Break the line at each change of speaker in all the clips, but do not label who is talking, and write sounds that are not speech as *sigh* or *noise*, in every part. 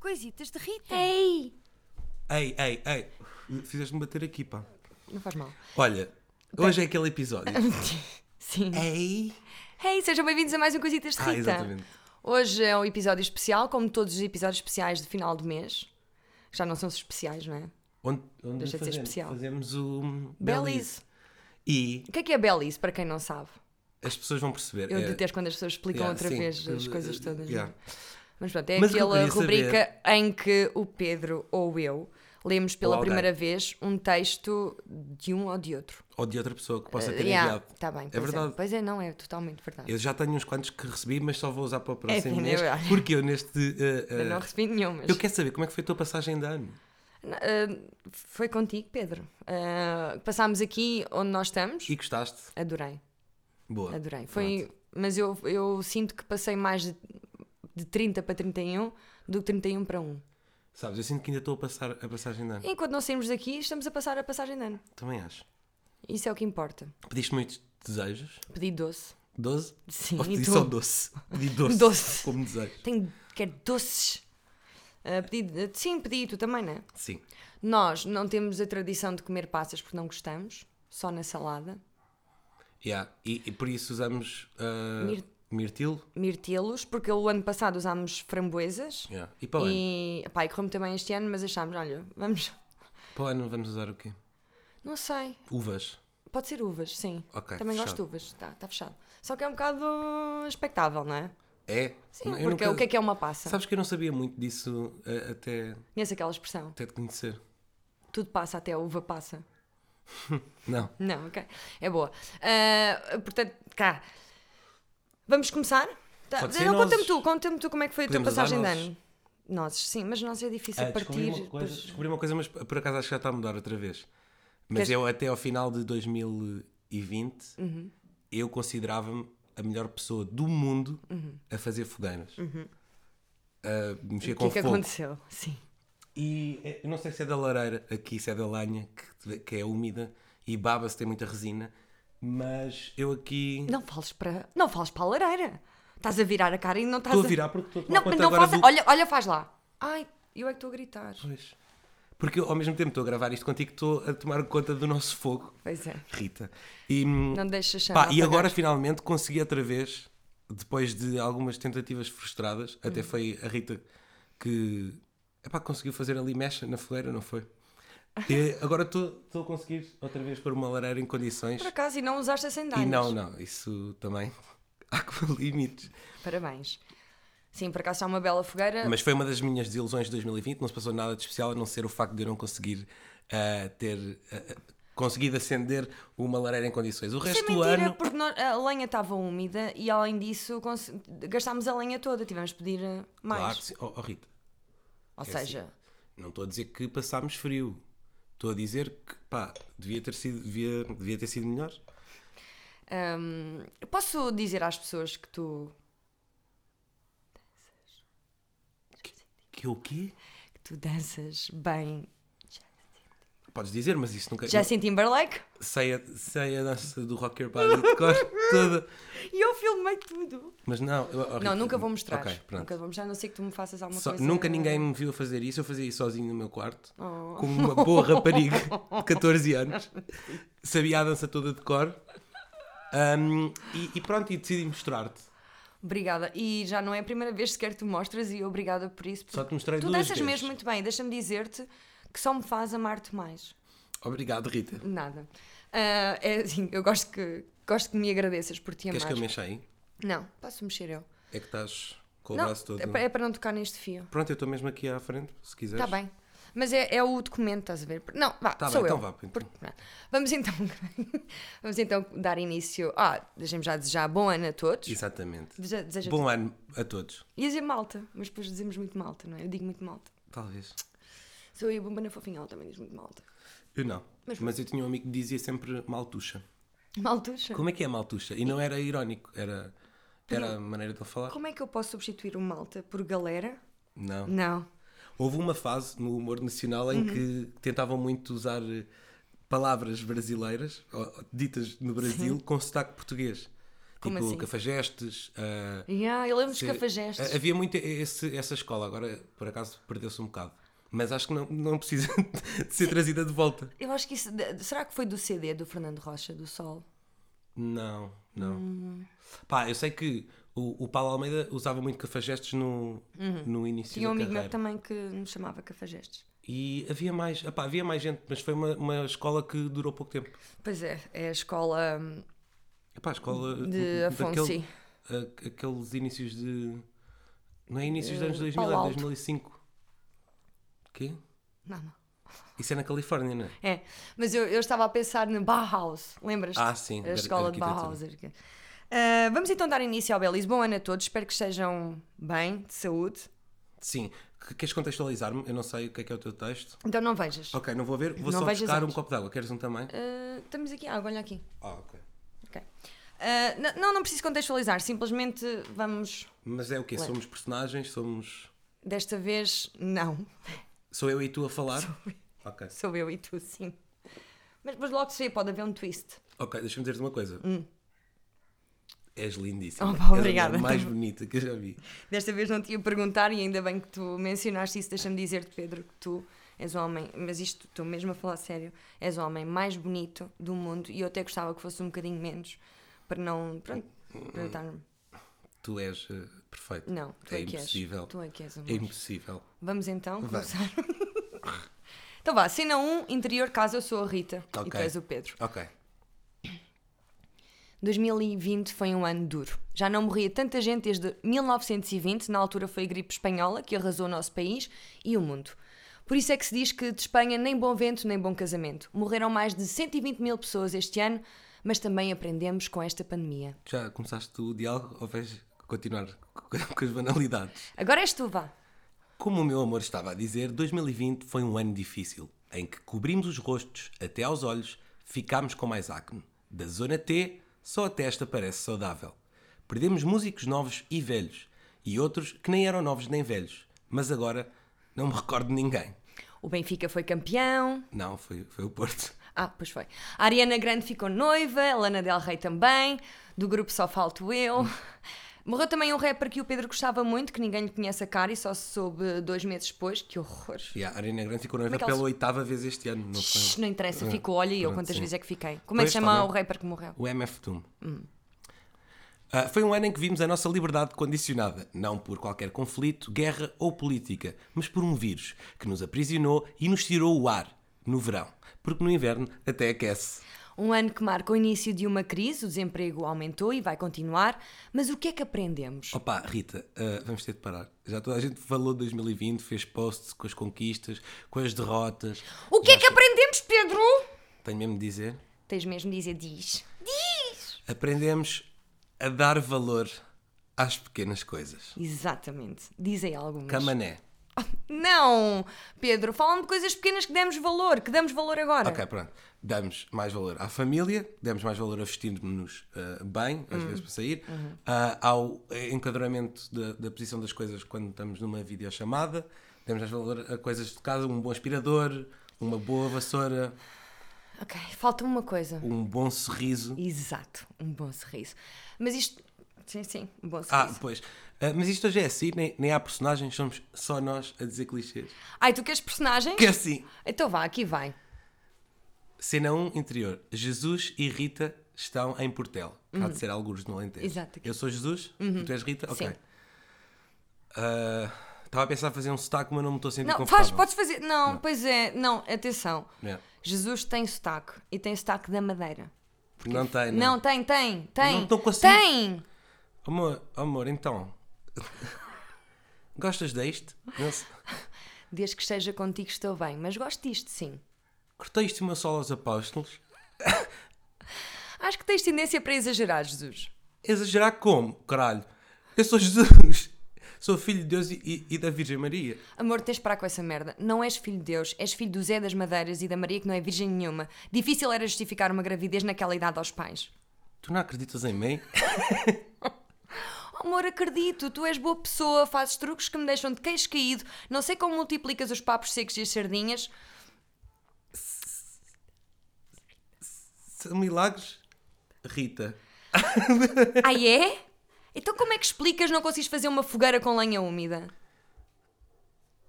coisitas de Rita.
Ei!
Ei, ei, ei. Fizeste-me bater aqui, pá.
Não faz mal.
Olha, hoje é
*laughs*
aquele episódio.
Sim.
Ei!
Hey, sejam bem-vindos a mais um Coisitas de
Ah,
Rita.
exatamente.
Hoje é um episódio especial, como todos os episódios especiais de final de mês. que Já não são especiais, não é?
Onde, onde
Deixa de ser
fazemos?
especial.
Fazemos o
Belize.
E
O que é que é Belize, para quem não sabe?
as pessoas vão perceber.
Eu
é-
detesto quando as pessoas explicam
yeah,
outra
sim.
vez as coisas
Uh,
todas.
yeah.
não é? Mas pronto, é
Mas o que eu
aquela
queria
rubrica em que o Pedro ou eu lemos pela
Ou alguém.
primeira vez um texto de um ou de outro.
Ou de outra pessoa que
Uh,
possa ter enviado.
Está bem,
É
pois
verdade.
Pois é, não, é totalmente verdade.
Eu já tenho uns quantos que recebi, mas só vou usar
É,
para o próximo
pena,
mês.
eu acho.
Porque eu neste. uh, uh,
Eu né? não recebi nenhum, mas
eu quero saber como é que foi a tua passagem de ano.
Não, ah, foi contigo, Pedro. Ah, passámos aqui onde nós estamos.
E gostaste?
Adorei,
Boa.
adorei. Foi, mas eu, eu sinto que passei mais de, de 30 para 31 do que 31 para 1.
Sabes, eu sinto que ainda estou a passar a passagem de ano.
Enquanto não saímos daqui, estamos a passar a passagem de ano.
Também acho.
Isso é o que importa.
Pediste muitos desejos?
Pedi doce.
Doze?
Sim,
Ou
e
pedi
tu?
só doce? Pedi
*laughs*
doce.
Doce.
Como desejo.
Tenho, quero é doces. Ah, pedi, sim, pedi, tu também, não é?
Sim.
Nós não temos a tradição de comer passas porque não gostamos, só na salada.
Yeah. E, e por isso usamos uh,
Mir-
mirtilo.
Mirtelos, porque o ano passado usámos framboesas.
Yeah. E para o, ano?
E, pá, e correu também este ano, mas achámos, olha, vamos. *laughs*
para o ano vamos usar o quê?
Não sei,
Uvas.
pode ser uvas, sim.
Ok,
também gosto de
fechado.
uvas, está tá fechado. Só que é um bocado expectável, não é?
É?
Sim,
Não, eu
porque
nunca-
o que é que é uma passa?
Sabes que eu não sabia muito disso uh, até,
Conhece aquela expressão?
até te conhecer.
Tudo passa, até a uva passa.
Não.
Não, ok. É boa. Ah, portanto, cá. Vamos começar? Tá.
Pode ser
Não, conta-me
nozes.
tu, conta-me tu como é que foi a tua
Podemos usar
passagem de
nozes.
ano. Nozes, sim, mas nozes é difícil
Ah, descobri,
partir.
uma coisa,
pois-
descobri uma coisa, mas por acaso acho que já está a mudar outra vez.
Queres- Uhum.
Mas eu até ao final de 2020 eu considerava-me a melhor pessoa do mundo a fazer fogueiras. A mexer
Uhum. O que
com
é que
fogo.
aconteceu? Sim.
E eh, eu não sei se é da lareira aqui, se é da lenha, que, que é úmida e baba-se, tem muita resina, mas eu aqui.
Não fales para, não fales para a lareira. Estás a virar a cara e não estás
Estou a virar porque estou a tomar
Não,
conta
mas não
agora
faz.
do-
Olha, olha, faz lá. Ai, eu é que estou a gritar.
Pois. Porque eu, ao mesmo tempo estou a gravar isto contigo, estou a tomar conta do nosso fogo,
Pois é.
Rita. E, hum,
Não deixas
Pá,
chamar.
e agora finalmente consegui outra vez, depois de algumas tentativas frustradas,
Hum.
até foi a Rita que epá, conseguiu fazer ali mecha na fogueira, não foi? E agora estou estou a conseguir outra vez pôr uma lareira em condições.
Por acaso, e não usaste as
E
sandálias.
não, não, isso também *laughs* há limites.
Parabéns. Sim, por acaso há uma bela fogueira.
Mas foi uma das minhas desilusões de 2020, não se passou nada de especial a não ser o facto de eu não conseguir ah, ter ah, ah, conseguido acender uma lareira em condições. O
Isso é
resto do
mentira,
ano.
porque nós- a lenha estava úmida e além disso cons- gastámos a lenha toda, tivemos de pedir eh, mais.
Claro, sim. Oh, oh, Rita,
Ou
é
seja,
Não estou a dizer que passámos frio. Estou a dizer que, pá, devia ter sido, devia, devia ter sido melhor.
hum, eu posso dizer às pessoas que tu,
Que é o quê?
que tu danças bem
Podes dizer, mas isso nunca...
Justin Timberlake?
Não, sei, a, sei a dança do Rock Your Body de cor *laughs* toda.
E eu filmei tudo.
Mas não... eu- oh, Rita,
Não, nunca vou mostrar.
Ok, pronto.
nunca vou mostrar, a não ser que tu me faças alguma
Só-
coisa.
nunca ninguém me viu a fazer isso. Eu fazia isso sozinho no meu quarto.
Oh.
Como uma
*laughs*
boa rapariga de 14 anos. Sabia a dança toda de cor. Ahm, e, e pronto, e decidi mostrar-te.
Obrigada. E já não é a primeira vez sequer que tu mostras e obrigada por isso. porque
Só te mostrei
tu
duas
danças
vezes.
mesmo muito bem. Deixa-me dizer-te que só me faz amar-te mais.
Obrigado, Rita.
Nada. Ah, é assim, eu gosto que, gosto que me agradeças por te amar.
Queres que eu mexa aí?
Não, posso mexer eu.
É que estás com o
Não,
braço todo.
é, pa- é para não tocar neste fio.
Pronto, eu estou mesmo aqui à frente, se quiseres.
Está Tá bem. Mas é, é o documento, estás a ver? Não, vá,
Tá
sou
bem,
eu.
então vá, então.
Por- não. Vamos então, *laughs* vamos então dar início. Ah, deixem-me já desejar bom ano a todos.
Exatamente.
Dese- Desejo a
Bom ano a todos.
Ia dizer malta, mas depois dizemos muito malta, não é? Eu digo muito malta.
Talvez.
Sou eu e a Bomba na Fofinhal também diz muito malta.
Eu não.
Mas-
Mas, eu tinha um amigo que dizia sempre maltuxa.
Maltuxa? Como...
Como é que é maltuxa? E não era irónico, era, era a maneira de ele falar.
é que eu posso substituir o malta por galera?
Não.
Não.
Houve uma fase no humor nacional em que tentavam muito usar eh, palavras brasileiras, ou- ou ditas no Brasil, com sotaque português.
Como
tipo
assim?
cafajestes. ah,
Yeah, eu lembro é um dos
se-
cafajestes.
ah, Havia muito esse- essa escola, agora por acaso perdeu-se um bocado. Mas acho que não, não precisa *laughs* de ser trazida de volta.
Eu acho que isso. de- Será que foi do CD do Fernando Rocha, do Sol?
Não, não.
Hum.
Pá, eu sei que o, o Paulo Almeida usava muito cafajestes no, no início
Tinha
da
um amigo
carreira.
meu também que me chamava cafajestes.
E havia mais, epá, havia mais gente, mas foi uma, uma escola que durou pouco tempo.
Pois é, é a escola hum,
Epá, a escola
de Afonso.
daquele- a- aqueles inícios de. Não é inícios dos anos
Eh,
2000, é
Palo Alto.
2005. Quê?
Não, não.
Isso é na Califórnia, não é?
É, mas eu, eu estava a pensar no Bauhaus, lembras-te?
Ah, sim,
A
ar-
escola de
arquitetura.
Bauhaus. Ah, vamos então dar início ao Belis. Bom ano a todos, espero que estejam bem, de saúde.
Sim. Que- Queres contextualizar-me? Eu não sei o que é que é o teu texto.
Então não vejas.
Ok, não vou ver, vou
Não
só
vejas
buscar um
antes.
copo d'água. Queres um também?
Ah, estamos aqui, ah, olha aqui.
Ah, ok.
Ok. Ah, n- não, não preciso contextualizar, simplesmente vamos.
Mas é o quê?
Leve.
Somos personagens? Somos.
Desta vez, não.
Sou eu e tu a falar? Ok.
Sou eu e tu, sim. Mas depois logo se vê, pode haver um twist.
Ok, deixa-me dizer-te uma coisa. És lindíssima.
Hum. Oh, pá,
És a mulher
obrigada.
mais bonita que eu já vi.
Desta vez não te ia perguntar e ainda bem que tu mencionaste isso. Deixa-me dizer-te, Pedro, que tu és o homem, mas isto estou mesmo a falar sério, és o homem mais bonito do mundo e eu até gostava que fosse um bocadinho menos para não. Pronto, para estar.
Tu és eh, perfeito.
Não, tu
é,
é, que és.
impossível.
Tu é que és, amor.
É impossível.
Vamos então
Vamos.
começar. *laughs* então vá, cena 1, interior casa, eu sou a Rita e tu
Ok.
és o Pedro.
Ok.
2020 foi um ano duro. Já não morria tanta gente desde 1920, na altura foi a gripe espanhola que arrasou o nosso país e o mundo. Por isso é que se diz que de Espanha nem bom vento nem bom casamento. Morreram mais de 120 mil pessoas este ano, mas também aprendemos com esta pandemia.
Já começaste o diálogo ou vais continuar *laughs* com com as banalidades?
Agora és tu, vá.
Como o meu amor estava a dizer, 2020 foi um ano difícil, em que cobrimos os rostos até aos olhos, ficámos com mais acne. Da zona T, só a testa parece saudável. Perdemos músicos novos e velhos, e outros que nem eram novos nem velhos. Mas agora não me recordo de ninguém.
O Benfica foi campeão.
Não, foi, foi o Porto.
Ah, pois foi. A Ariana Grande ficou noiva, a Lana Del Rey também, do grupo Só Falto Eu. *laughs* Morreu também um rapper que o Pedro gostava muito, que ninguém lhe conhece a cara e só se soube dois meses depois. Que horror.
E a Arena Grande ficou
Como
noiva
é que
pela
eles-
oitava vez este ano. Não
Shhh,
foi?
não interessa, ficou, olha eu
pronto,
quantas
sim.
vezes é que fiquei. Como é que
Pois,
se chama
tá
o
bem.
rapper que morreu?
O MF Doom. Ah, foi um ano em que vimos a nossa liberdade condicionada, não por qualquer conflito, guerra ou política, mas por um vírus que nos aprisionou e nos tirou o ar no verão, porque no inverno até aquece.
Um ano que marca o início de uma crise, o desemprego aumentou e vai continuar, mas o que é que aprendemos?
Opa, Rita, ah, vamos ter de parar. Já toda a gente falou de 2020, fez posts com as conquistas, com as derrotas.
O que é
Já
que aprendemos, Pedro?
Tenho mesmo de dizer.
Tens mesmo de dizer, diz. Diz!
Aprendemos a dar valor às pequenas coisas.
Exatamente, diz aí algumas.
Camané.
Não, Pedro, fala-me de coisas pequenas que demos valor, que damos valor agora.
Ok, pronto. Damos mais valor à família, damos mais valor a vestir-nos ah, bem, às vezes para sair, ah, ao enquadramento da, da posição das coisas quando estamos numa videochamada, damos mais valor a coisas de casa, um bom aspirador, uma boa vassoura,
Ok, falta uma coisa.
um bom sorriso.
Exato, um bom sorriso. Mas isto. Sim, sim, um bom
Ah,
sorriso.
pois. Ah, mas isto hoje é assim, nem, nem há personagens, somos só nós a dizer clichês.
Ai, tu queres personagens?
Ah. Que é assim.
Então vá, aqui vai.
Cena 1, interior. Jesus e Rita estão em Portela. Há de ser alguns no Alentejo.
Uhum. Exato. Uhum.
Eu sou Jesus e tu és Rita? Ok.
Sim.
Ah, Estava a pensar em fazer um sotaque, mas não me estou a sentir
Não,
confortável.
faz, podes fazer. Não, pois é, não, atenção.
É.
Jesus tem sotaque e tem sotaque da Madeira.
Não tem,
Não,
não.
tem, tem, tem.
Não tô conseguindo.
Tem!
Amor, amor, então... *laughs* Gostas deste? Não se-
Desde que esteja contigo estou bem, mas gosto disto sim.
Cortaste uma sola aos apóstolos?
Acho que tens tendência para exagerar, Jesus.
Exagerar como, caralho? Eu sou Jesus. *laughs* Sou filho de Deus e, e- e da Virgem Maria.
Amor, tens de parar com essa merda. Não és filho de Deus, és filho do Zé das Madeiras e da Maria que não é virgem nenhuma. Difícil era justificar uma gravidez naquela idade aos pais.
Tu não acreditas em mim?
Oh, amor, acredito, tu és boa pessoa, fazes truques que me deixam de queixo caído, não sei como multiplicas os papos secos e as sardinhas.
São milagres? Rita.
ah, é? Então como é que explicas não consegues fazer uma fogueira com lenha úmida?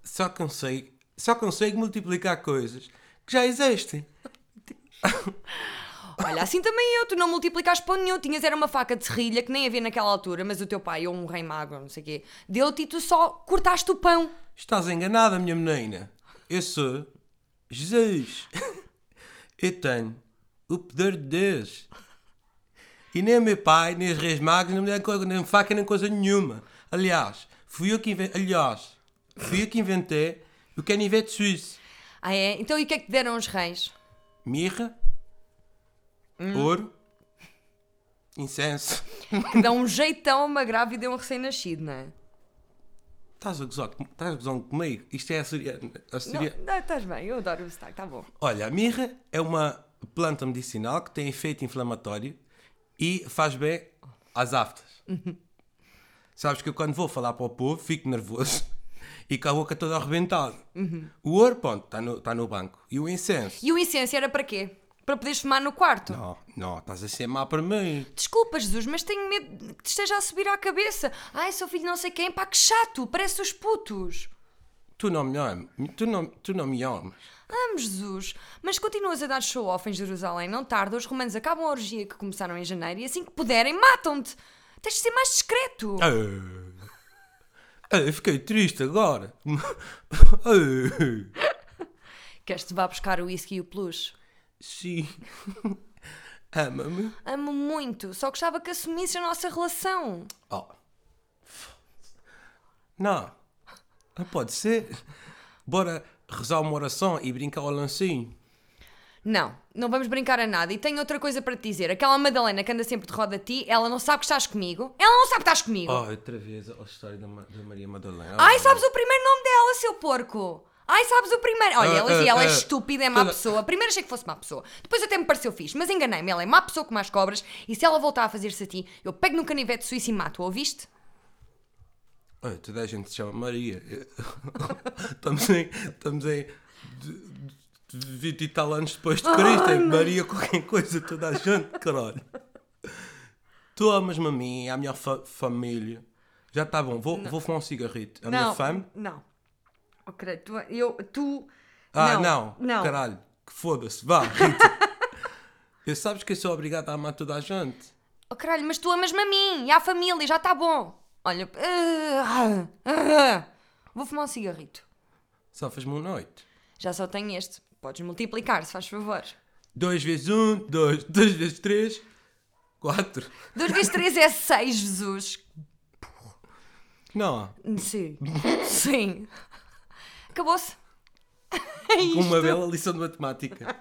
Só consegue, só consegue multiplicar coisas que já existem.
Olha, assim também eu, tu não multiplicaste pão nenhum, tinhas era uma faca de serrilha que nem havia naquela altura, mas o teu pai, ou um rei mago, não sei o quê, deu-te e tu só cortaste o pão.
Estás enganada, minha menina. Eu sou Jesus. *laughs* Eu tenho o poder de Deus. E nem meu pai, nem os reis magos, nem, me deram coisa- nem faca, nem coisa nenhuma. Aliás, fui eu que inventei. Aliás, fui eu que inventei o canivete suíço.
Ah é? Então e o que é que te deram os reis?
Mirra, ouro, incenso.
Que *laughs* dá um jeitão a uma grávida e a um recém-nascido, não é?
Estás a gozar, com- estás a gozar comigo? Isto é açoriano.
Não,
açoriano.
não, estás bem, eu adoro o sotaque, tá bom.
Olha, a mirra é uma planta medicinal que tem efeito inflamatório e faz bem às aftas. Sabes que eu quando vou falar para o povo fico nervoso *laughs* e com a boca toda arrebentada. O ouro, pronto, está no, tá no banco. E o incenso?
E o incenso era para quê? Para poderes fumar no quarto?
Não, não, estás a ser má para mim.
Desculpa, Jesus, mas tenho medo que te esteja a subir à cabeça. Ai, seu filho não sei quem, pá, que chato, parece os putos.
Tu não me amas. Tu não, tu não me amas.
Amo Ah, Jesus, mas continuas a dar show-off em Jerusalém. Não tarda, os romanos acabam a orgia que começaram em janeiro e assim que puderem, matam-te. Tens de ser mais discreto.
Ah, ah, eu fiquei triste agora. *laughs* Ah.
Queres-te vá buscar o whisky e o plus?
Sim. *laughs* Ama-me.
Amo muito, só gostava que assumisse a nossa relação.
Oh. Não. Não pode ser. Bora rezar uma oração e brincar ao lancinho.
Não, não vamos brincar a nada. E tenho outra coisa para te dizer. Aquela Madalena que anda sempre de roda a ti, ela não sabe que estás comigo. Ela não sabe que estás comigo.
Oh, outra vez a história da, Ma- da Maria Madalena.
Ai,
Oh,
sabes o primeiro nome dela, seu porco! Ai, sabes o primeiro. Olha,
Ah,
ela, e
ah,
ela é
ah.
estúpida, é má
Toda-
pessoa. Primeiro achei que fosse má pessoa. Depois até me pareceu fixe, mas enganei-me. Ela é má pessoa com mais cobras e se ela voltar a fazer-se a ti, eu pego num canivete suíço e mato, ouviste?
Olha, toda a gente se chama Maria. *laughs* estamos em. Estamos em. de- de- de 20 e tal anos depois de Cristo. em Maria qualquer coisa, toda a gente, caralho. Tu amas-me a mim, à minha fa- família. Já está bom, vou, vou fumar um cigarrito. A minha fama.
Não. Ok, tu. Eu, tu
Ah, não, Caralho, que foda-se, vá, Rita. *laughs* eu sabes que eu sou obrigado a amar toda a gente.
Oh, caralho, mas tu amas-me a mim e à família, já está bom. Olha. ah, ah, vou fumar um cigarrito.
Só faz-me uma noite.
Já só tenho este. Podes multiplicar, se faz favor.
2 vezes 1, 2, *laughs* 2 vezes 3, 4.
2 vezes 3 é 6, Jesus.
Não,
Sim. Sim. Acabou-se. É
com uma bela lição de matemática.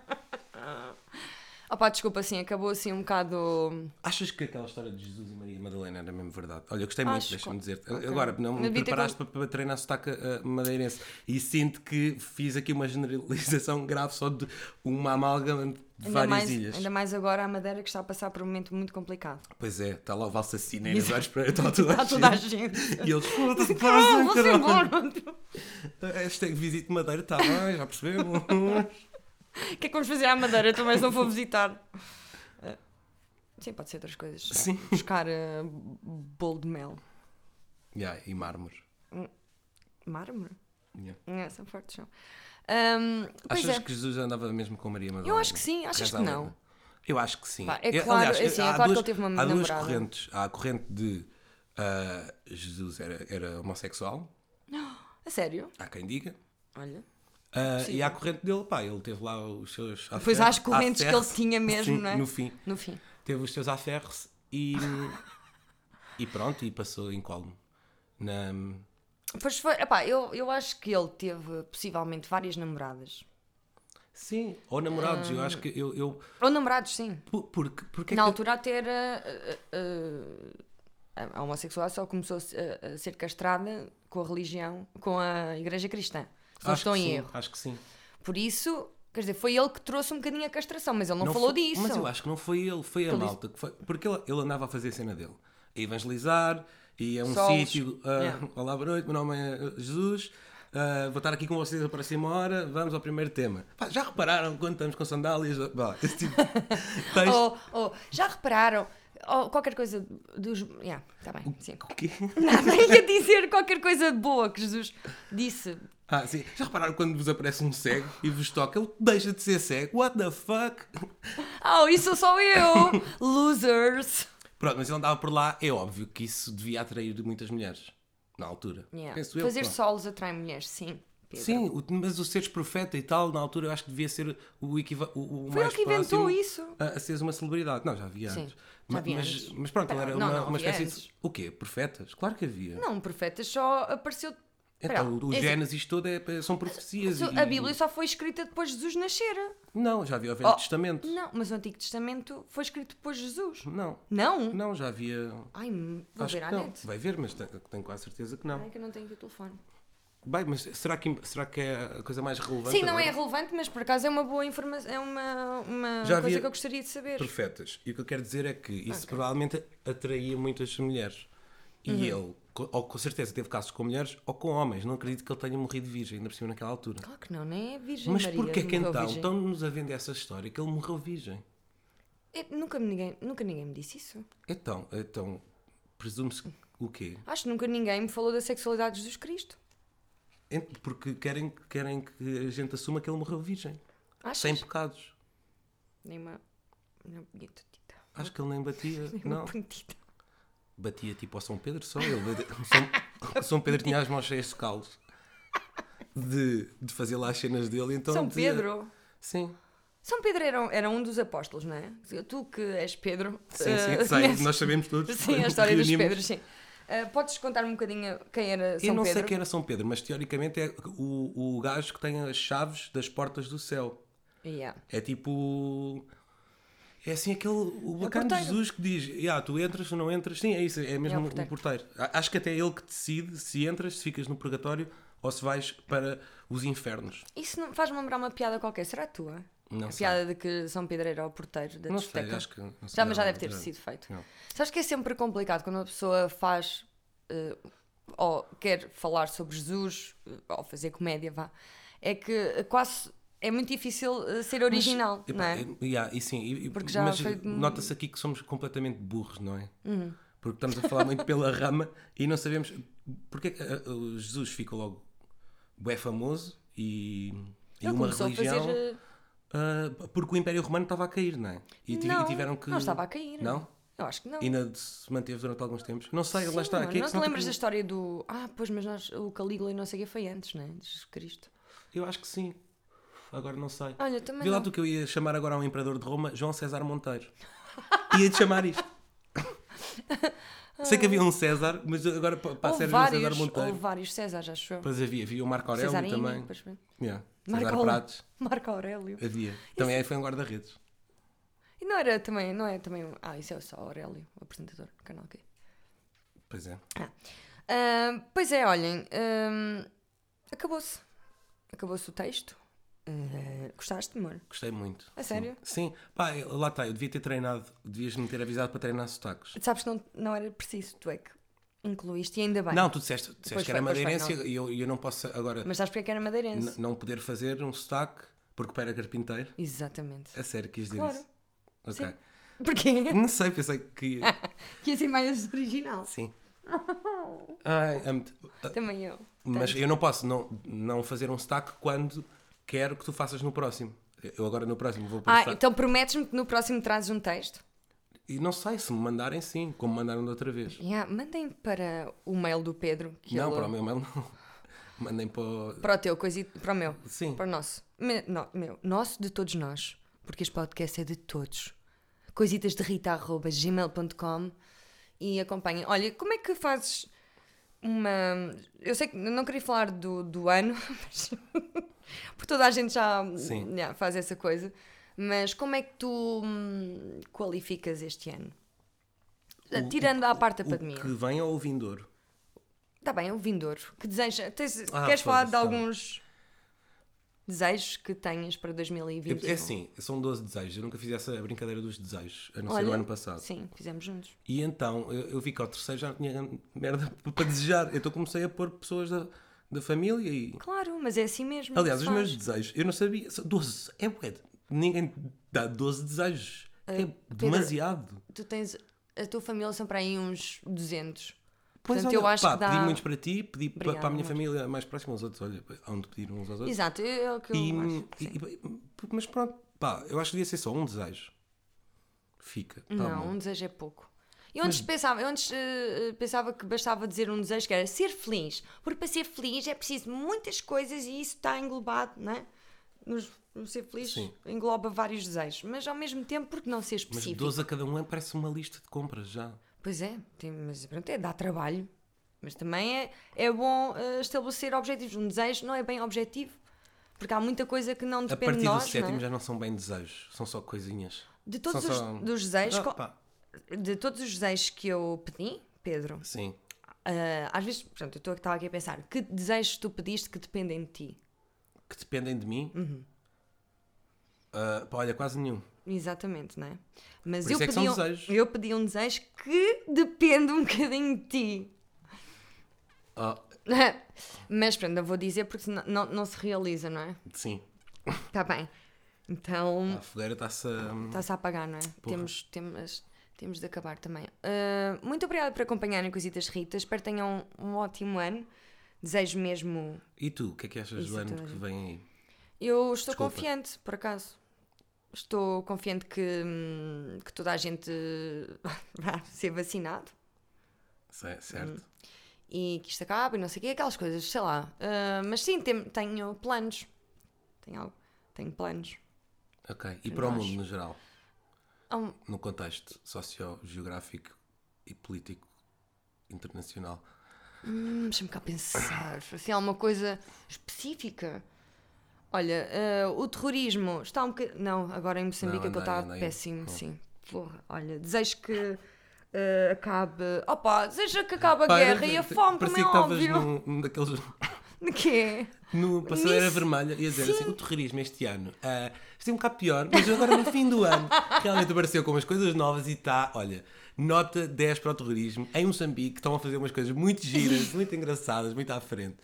Opá, desculpa, assim, acabou assim um bocado.
Achas que aquela história de Jesus e Maria Madalena era mesmo verdade? Olha, eu gostei
Acho,
muito, deixa-me dizer-te. Agora, não
Mas
me
devia ter
preparaste para, para treinar sotaque eh, madeirense e sinto que fiz aqui uma generalização *laughs* grave só de uma amálgama de várias
mais,
ilhas.
ainda mais agora a Madeira que está a passar por um momento muito complicado.
Pois é, está lá o Valsassina e tá os olhos
*laughs*
para está toda
Está
a
toda a
gente.
gente.
*laughs* E eles foram um
Caralho, vou-se embora.
Hashtag Então, visite Madeira, está bem, já
*laughs*
percebemos.
O que é que vamos fazer à Madeira? Eu Também se não vou visitar. Ah, Sim, pode ser outras coisas.
Sim.
Buscar ah, bolo de mel.
Ya, e mármores.
Mármore?
Ya.
Não, são fortes, não. Ahm, pois
Achas
é.
que Jesus andava mesmo com Maria Madalena?
Eu acho que sim, achas
Reza
que
a
não?
lenda. Eu acho que sim.
Pá, é
Eu-
claro, é assim, é
há
claro que
duas-
ele teve uma
Há duas
namorada.
correntes. Há a corrente de ah, Jesus era, era homossexual,
*gasps* A sério?
há quem diga.
Olha.
Ah,
Possível.
e há a corrente dele, pá, ele teve lá os seus.
Pois há as correntes que ele
aferros.
tinha mesmo,
Sim,
não é?
No fim.
No fim.
teve os seus aferros
*laughs*
e, e pronto, e passou em colmo. Na,
Pois foi, epá, eu, eu acho que ele teve possivelmente várias namoradas.
sim, ou namorados, eu acho que eu. eu
Ou namorados, sim.
por- porque porque é
Na
que-
altura até era. uh, uh, uh, a homossexual só começou a se- a, a ser castrada com a religião, com a igreja cristã. Se não
acho
estou
que
em
sim,
erro.
Acho que sim.
Por isso, quer dizer, foi ele que trouxe um bocadinho a castração, mas ele não, falou
foi-
disso.
Mas eu acho que não foi ele, foi a
Ele disse-
malta. Que foi, porque ele, ele andava a fazer a cena dele. A evangelizar, e a um
Só os-
sítio. ah,
Yeah.
Olá, boa noite, meu nome é Jesus. ah, vou estar aqui com vocês a próxima hora. Vamos ao primeiro tema. Pá, já
*laughs*
repararam quando estamos com sandálias? Vá, esse tipo de texto.
Oh, oh, já repararam? ou qualquer coisa dos. Yeah, tá bem, sim.
quê?
Nada,
*laughs*
ia dizer qualquer coisa boa que Jesus disse.
Ah, sim. Já repararam quando vos aparece um cego e vos toca? Ele deixa de ser cego. What the fuck?
Oh, isso sou
*laughs*
eu! Losers!
Pronto, mas ele andava por lá. É óbvio que isso devia atrair muitas mulheres. Na altura.
Yeah.
Penso eu,
Fazer
pá.
solos atrai mulheres, sim. Pedro.
Sim, o- mas o seres profeta e tal, na altura eu acho que devia ser o, equiva- o, o
Foi
mais
ele que inventou
próximo
isso.
A, a seres uma celebridade. Não, já havia
Sim,
antes.
já
Ma-
havia
mas,
antes.
mas pronto, ele era
Não, não,
uma, uma
havia
espécie
antes.
de. O quê? Profetas? Claro que havia.
Não, um profeta só apareceu. Espera lá,
Então, o
é assim,
Gênesis todo é- são profecias.
mas
e-
a Bíblia só foi escrita depois de Jesus nascer.
Não, já havia o Velho
Oh.
Testamento.
Não, mas o Antigo Testamento foi escrito depois de Jesus.
Não.
Não?
Não, já havia.
Ai, m- vou
acho
ver
que
à
não.
net.
Vai ver, mas te- tenho quase certeza que não.
Ai, que eu não tenho aqui o telefone.
Bem, mas será que, será que é a coisa mais relevante?
Sim, não é
agora?
relevante, mas por acaso é uma boa informação. É uma, uma
Já
coisa
havia-
que eu gostaria de saber.
Profetas. E o que eu quero dizer é que isso provavelmente atraía muitas mulheres. E
Uhum.
ele, co- ou com certeza, teve casos com mulheres ou com homens. Não acredito que ele tenha morrido virgem, ainda por cima naquela altura.
Claro que não, nem é Virgem
Mas
Maria.
porquê que
morreu
então
virgem.
estão-nos a vender essa história que ele morreu virgem?
É, nunca, me ninguém, nunca ninguém me disse isso.
Então, então presume-se que- o quê?
Acho que nunca ninguém me falou da sexualidade de Jesus Cristo.
Ent- Porque querem, querem que a gente assuma que ele morreu virgem.
Achas?
Sem pecados.
Nem uma... Uma bonita tita.
Acho que ele
*laughs*
nem batia.
Uma
Não. Então,
bonitita.
Batia tipo ao São Pedro só. Ele batia- São, São Pedro tinha as mãos cheias de calos. De, de fazer lá as cenas dele. Então
São
dizia-
Pedro.
Sim.
São Pedro era, era um dos apóstolos, não é? Tu que és Pedro.
Sim, sim,
eh,
sei,
conheces-
Nós sabemos
*laughs*
todos.
Sim, a história dos
Reunimos.
Pedros, sim. Eh, podes contar um bocadinho quem era São
Eu não
Pedro?
sei quem era São Pedro, mas teoricamente é o, o gajo que tem as chaves das portas do céu.
Yeah.
É tipo. É assim aquele. O bacana de
porteiro.
Jesus que diz: "Ya, tu entras ou não entras. Sim, é isso, é mesmo
É o
o
porteiro.
porteiro. A- Acho que até é ele que decide se entras, se ficas no purgatório ou se vais para os infernos.
Isso não- faz-me lembrar uma piada qualquer. Será a tua?
Não
a
sei.
piada de que São Pedro era o porteiro da
Não sei,
discoteca.
acho que. não sei,
já, mas já
não-
deve ter sido feito.
Não.
Sabes que é sempre complicado quando uma pessoa faz eh, ou quer falar sobre Jesus eh, ou fazer comédia, vá. É que eh, quase é muito difícil eh, ser original,
Epá,
não é?
e- yeah, e sim, e- e-
Porque já
mas
foi de- Hum.
nota-se aqui que somos completamente burros, não é? Porque estamos a falar muito pela rama e não sabemos porque é que ah, ah, o Jesus ficou logo bué famoso e, e
Ele
uma
começou
religião
a fazer. eh,
ah, porque o Império Romano estava a cair, não é? E, ti- e
não,
tiveram que
Não estava a cair.
Não?
Eu acho que não.
E ainda se manteve durante alguns tempos. Não sei, lá está.
Sim,
aqui é que
não
se
te
nota
lembras
que-
da história do. Ah, pois, mas nós, o Calígula e não sei o que foi antes, né? De Jesus Cristo.
Eu acho que sim. Agora não sei.
Olha, também.
Vê lá
Não.
tu que eu ia chamar agora ao Imperador de Roma João César Monteiro. Ia-te chamar isto. Sei que havia um César, mas agora pa- para
Houve
ser João César
vários, houve
Monteiro.
vários César, já achou?
Pois havia, havia o Marco Aurélio
Cesarinho,
também.
pois bem.
Yeah.
Marco
César
Aurélio.
Prates,
*laughs* Marco Aurélio.
havia. Também foi um guarda-redes.
E não era também, não é também. um- Ah, isso é só Aurélio, o apresentador do canal aqui. Ah.
Pois é.
pois é, olhem. ahm, Acabou-se. Acabou-se o texto. Ah, gostaste, amor?
Gostei muito.
A sério?
Sim. Sim. Pá, lá está, eu devia ter treinado, devias-me ter avisado para treinar sotaques.
Sabes que não, não era preciso, tu é que incluíste e ainda bem.
Não, tu disseste, disseste
Pois
que
foi,
era
pois foi,
madeirense
não.
e eu, e eu não posso agora
Mas sabes porque é que era madeirense?
n- não poder fazer um sotaque porque pera é carpinteiro.
Exatamente. *laughs*
A sério, quis dizer
Claro.
isso. Ok.
Sim. Porquê?
Não sei, pensei
*laughs*
que.
Que assim mais original.
Sim. Ai, amo-te.
Também eu.
Mas eu não posso não, não fazer um stack quando quero que tu faças no próximo. Eu agora no próximo vou
Ah,
postar.
então prometes-me que no próximo trazes um texto?
E não sei se me mandarem sim, como mandaram da outra vez.
Yeah, mandem para o mail do Pedro. Que
não,
ele-
para o meu mail não. *laughs* Mandem para o.
para o teu, coisa, para o meu.
Sim.
Para o nosso. Me- no- meu. Nosso de todos nós. Porque este podcast é de todos. Coisitas de gmail.com e acompanhem. Olha, como é que fazes uma. Eu sei que não queria falar do, do ano, *laughs* mas. porque toda a gente já
Sim.
já faz essa coisa. Mas como é que tu hum, qualificas este ano?
O-
Tirando à parte da
O
pandemia.
que vem ao vindouro.
Está bem, é o vindouro. Que deseja. tens-
Ah,
queres falar de
foda-se, tá bem.
alguns desejos que tenhas para 2020?
É assim, são 12 desejos. Eu nunca fiz essa brincadeira dos desejos, a não ser
Olha,
no ano passado.
Sim, fizemos juntos.
E então eu, eu vi que ao terceiro já não tinha merda *laughs* para desejar. Então comecei a pôr pessoas da, da família e.
Claro, mas é assim mesmo.
Aliás,
se
os
faz.
meus desejos, eu não sabia. são 12,
Ah,
é bué. Ninguém dá 12 desejos. é demasiado.
Tu tens a tua família são para aí uns 200.
Pois,
Portanto, eu
olha,
acho
pá,
que dá.
Pedi muitos para ti, pedi pa-
Obrigada,
para a minha
amor.
família mais próxima, aos outros, olha, hão de pedir uns aos outros.
Exato, é o que eu
E-
acho.
e-
sim.
e- mas pronto, pá, eu acho que devia ser só um desejo. Fica, tá
Não,
bom.
um desejo é pouco. Eu antes, pensava, eu antes eh, eh, pensava que bastava dizer um desejo que era ser feliz, porque para ser feliz é preciso muitas coisas e isso está englobado, não é? Nos, no ser feliz
Sim.
engloba vários desejos, mas ao mesmo tempo, porque não ser
Mas
específico?
12 a cada um é- parece uma lista de compras já.
Pois é, tem- mas pronto, é, dá trabalho. Mas também é, é bom eh, estabelecer objetivos. Um desejo não é bem objetivo, porque há muita coisa que não
A
depende
partir
de nós.
do sétimo
não é?
já não são bem desejos, são só coisinhas.
De todos
São
os
só-
dos desejos,
Ah,
co-
pá,
de todos os desejos que eu pedi, Pedro,
Sim.
ah, às vezes, pronto, eu estou- estava aqui a pensar, que desejos tu pediste que dependem de ti?
Que dependem de mim. Ah, pá, olha, quase nenhum.
Exatamente, não é? Mas
Por
eu
isso é que
pedi,
são
um,
desejos.
eu pedi um desejo que depende um bocadinho de ti. é?
Ah,
Mas pronto, eu vou dizer porque senão não, não se realiza, não é?
sim.
Está bem. Então
A fogueira está-se a.
está-se a apagar, não é? Temos, temos, temos de acabar também. Ah, muito obrigada por acompanharem Coisitas Rita. Espero que tenham um ótimo ano. Desejo mesmo.
E tu, o que é que achas
Isso
do ano
tudo.
que vem aí?
Eu estou
Desculpa.
confiante, por acaso. Estou confiante que, hum, que toda a gente *laughs* vai ser vacinado Uhum.
Cer- Certo.
e que isto acabe e não sei o quê, aquelas coisas, sei lá. Ah, mas sim, tem- tenho planos. Tenho algo. Tenho planos.
Ok. E para o
nós.
mundo no geral?
Há um-
no contexto sociogeográfico e político internacional.
Hum, Deixa-me cá pensar. Assim, alguma coisa específica. Olha, eh, o terrorismo está um bocadinho. Não, agora em Moçambique
Não,
aquilo
andei,
está
andei.
péssimo,
Não.
sim. Porra, olha, desejo que eh, acabe. Opa, desejo que acabe a
Pá,
guerra
era-
e a fome, como é
Parecia que estavas
óbvio. é?
num, num daqueles.
*laughs* De quê?
No Passadeira
Nisso.
Vermelha, ia dizer assim: o terrorismo este ano ah, esteve um bocado pior, mas agora no fim do ano *laughs* realmente apareceu com umas coisas novas e está, olha, nota 10 para o terrorismo. Em Moçambique estão a fazer umas coisas
*laughs*
muito giras, muito engraçadas, muito à frente.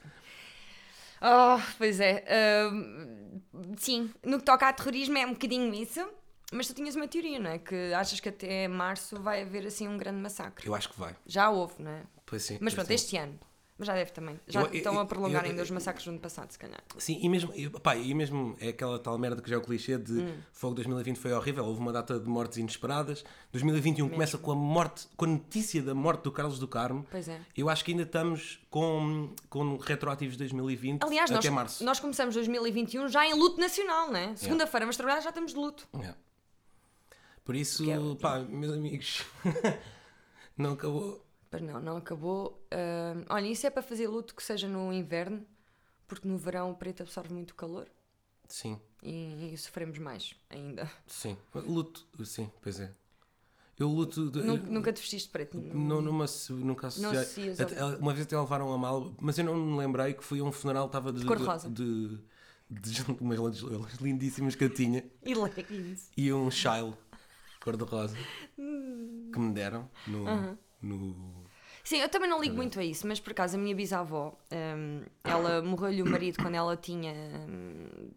Oh, pois é. ahm, sim, no que toca a terrorismo é um bocadinho isso. Mas tu tinhas uma teoria, não é? Que achas que até março vai haver assim um grande massacre.
Eu acho que vai.
Já houve, não é?
Pois sim.
Mas
pois
pronto,
sim.
este ano. Mas já deve também. Já
Eu- eu-
estão a
eu-
prolongar
eu-
ainda os
eu-
massacres do ano passado, se calhar.
Sim, e mesmo, e, pá, e mesmo é aquela tal merda que já é o clichê de
Hum.
Fogo 2020 foi horrível, houve uma data de mortes inesperadas. 2021 começa com a morte, com a notícia da morte do Carlos do Carmo.
Pois é.
Eu acho que ainda estamos com, com retroativos de 2020
Aliás,
até
nós,
março.
nós começamos 2021 já em luto nacional, não é? Segunda-feira, mas trabalhar já estamos de luto.
É. Por isso,
Que é-
pá, meus amigos, *laughs* não acabou.
Mas não, não acabou. Ahm, olha, isso é para fazer luto que seja no inverno, porque no verão o preto absorve muito calor
Sim,
e, e sofremos mais ainda.
sim. Luto, sim, pois é. Eu luto. de-
Nunca, nunca te vestiste de preto.
*laughs* Não, numa, se- nunca associei.
associas ao-
Até- uma vez até levaram a mal, mas eu não me lembrei que fui a um funeral estava de,
cor-de-rosa.
de, de, de umas lentes lindíssimas que eu tinha
E leggings.
e um chile cor-de-rosa que me deram no, no-
Sim, eu também não ligo muito a isso, mas por acaso a minha bisavó, hum,
*coughs*
ela morreu-lhe o marido quando ela tinha hum,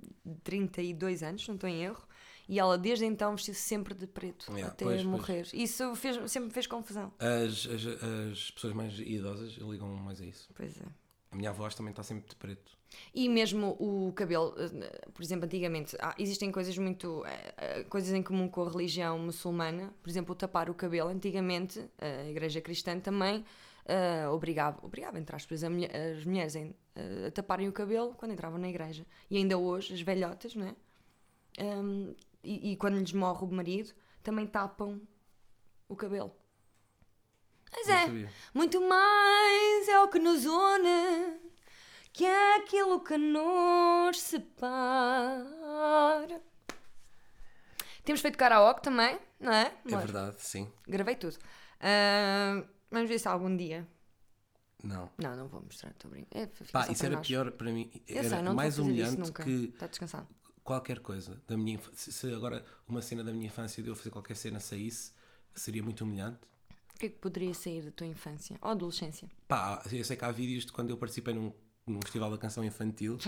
32 anos, não estou em erro, e ela desde então vestiu-se sempre de preto
Yeah,
até
pois, pois.
morrer. Isso fez- sempre me fez confusão.
As, as, as pessoas mais idosas ligam mais a isso.
Pois é.
A minha voz também está sempre de preto.
E mesmo o cabelo, eh, por exemplo, antigamente há- existem coisas muito. eh, eh, coisas em comum com a religião muçulmana, por exemplo, o tapar o cabelo. Antigamente, a Igreja Cristã também eh, obrigava, obrigava entre aspas, a mulher- as mulheres em, eh, a taparem o cabelo quando entravam na igreja. E ainda hoje, as velhotas, né? Ahm, e, e quando lhes morre o marido, também tapam o cabelo. Mas
Não
é.
sabia.
Muito mais é o que nos une que é aquilo que nos separa. Temos feito karaoke também, não é?
É
Amor?
verdade, sim.
Gravei tudo. Ah, vamos ver se algum dia.
Não.
Não, não vou mostrar, estou a brincar. É, fica
Pá,
só
isso
para
era
nós.
pior para mim.
Eu
era
sei, não
mais
vou fazer isso
humilhante
nunca.
que
Está descansado.
qualquer coisa da minha infância, se- se agora uma cena da minha infância de eu fazer qualquer cena saísse, seria muito humilhante.
O que é que poderia sair da tua infância ou adolescência? *laughs*
Pá, eu sei que há vídeos de quando eu participei num, num festival da canção infantil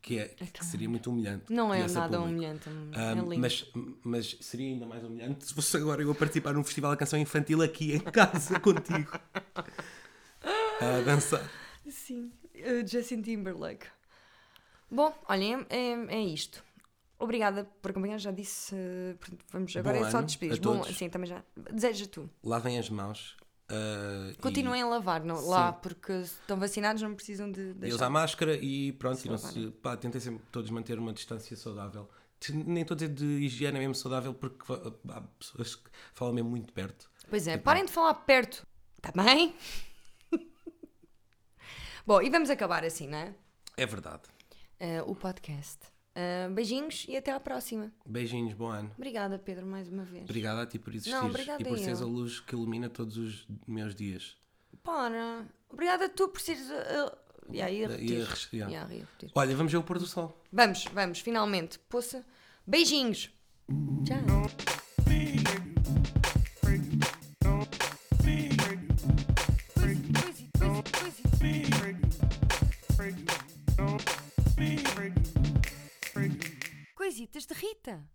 que, é, que seria muito humilhante.
Não
que
é
viesse a
nada
público.
humilhante. é
Ahm,
lindo.
mas, mas seria ainda mais humilhante se fosse agora eu a participar num festival da canção infantil aqui em casa *laughs* contigo. A dançar.
Sim, eh, Justin Timberlake. Bom, olhem, é, é isto. Obrigada por acompanhar, já disse. eh, portanto, Vamos, agora
Bom
é só
ano
despedir.
a
Bom,
todos.
sim, também já. Deseja tu.
Lavem as mãos. ah, e-
Continuem a lavar não,
Sim.
lá, porque se estão vacinados, não precisam de
E
deixar.
usar máscara e pronto,
Se
e não se,
lavarem.
pá, tentem sempre todos manter uma distância saudável. Te- Nem estou a dizer de higiene é mesmo saudável, porque fa- há pessoas que falam mesmo muito perto.
Pois
Então.
é, parem de falar perto. Está bem? *laughs* Bom, e vamos acabar assim, não é?
É verdade.
Eh, o podcast. Eh, beijinhos e até à próxima.
Beijinhos, bom ano.
Obrigada, Pedro, mais uma vez.
Obrigado a ti por existires
Não, obrigada
e por
a
seres a
eu.
luz que ilumina todos os meus dias.
Para. Obrigada tu por seres. Uh, e aí,
Ia
repetir.
res- ia.
Ia, ia repetir.
Olha, vamos ver o pôr do sol.
Vamos, vamos, finalmente. Poça. Beijinhos. Tchau. Coisitas de Rita.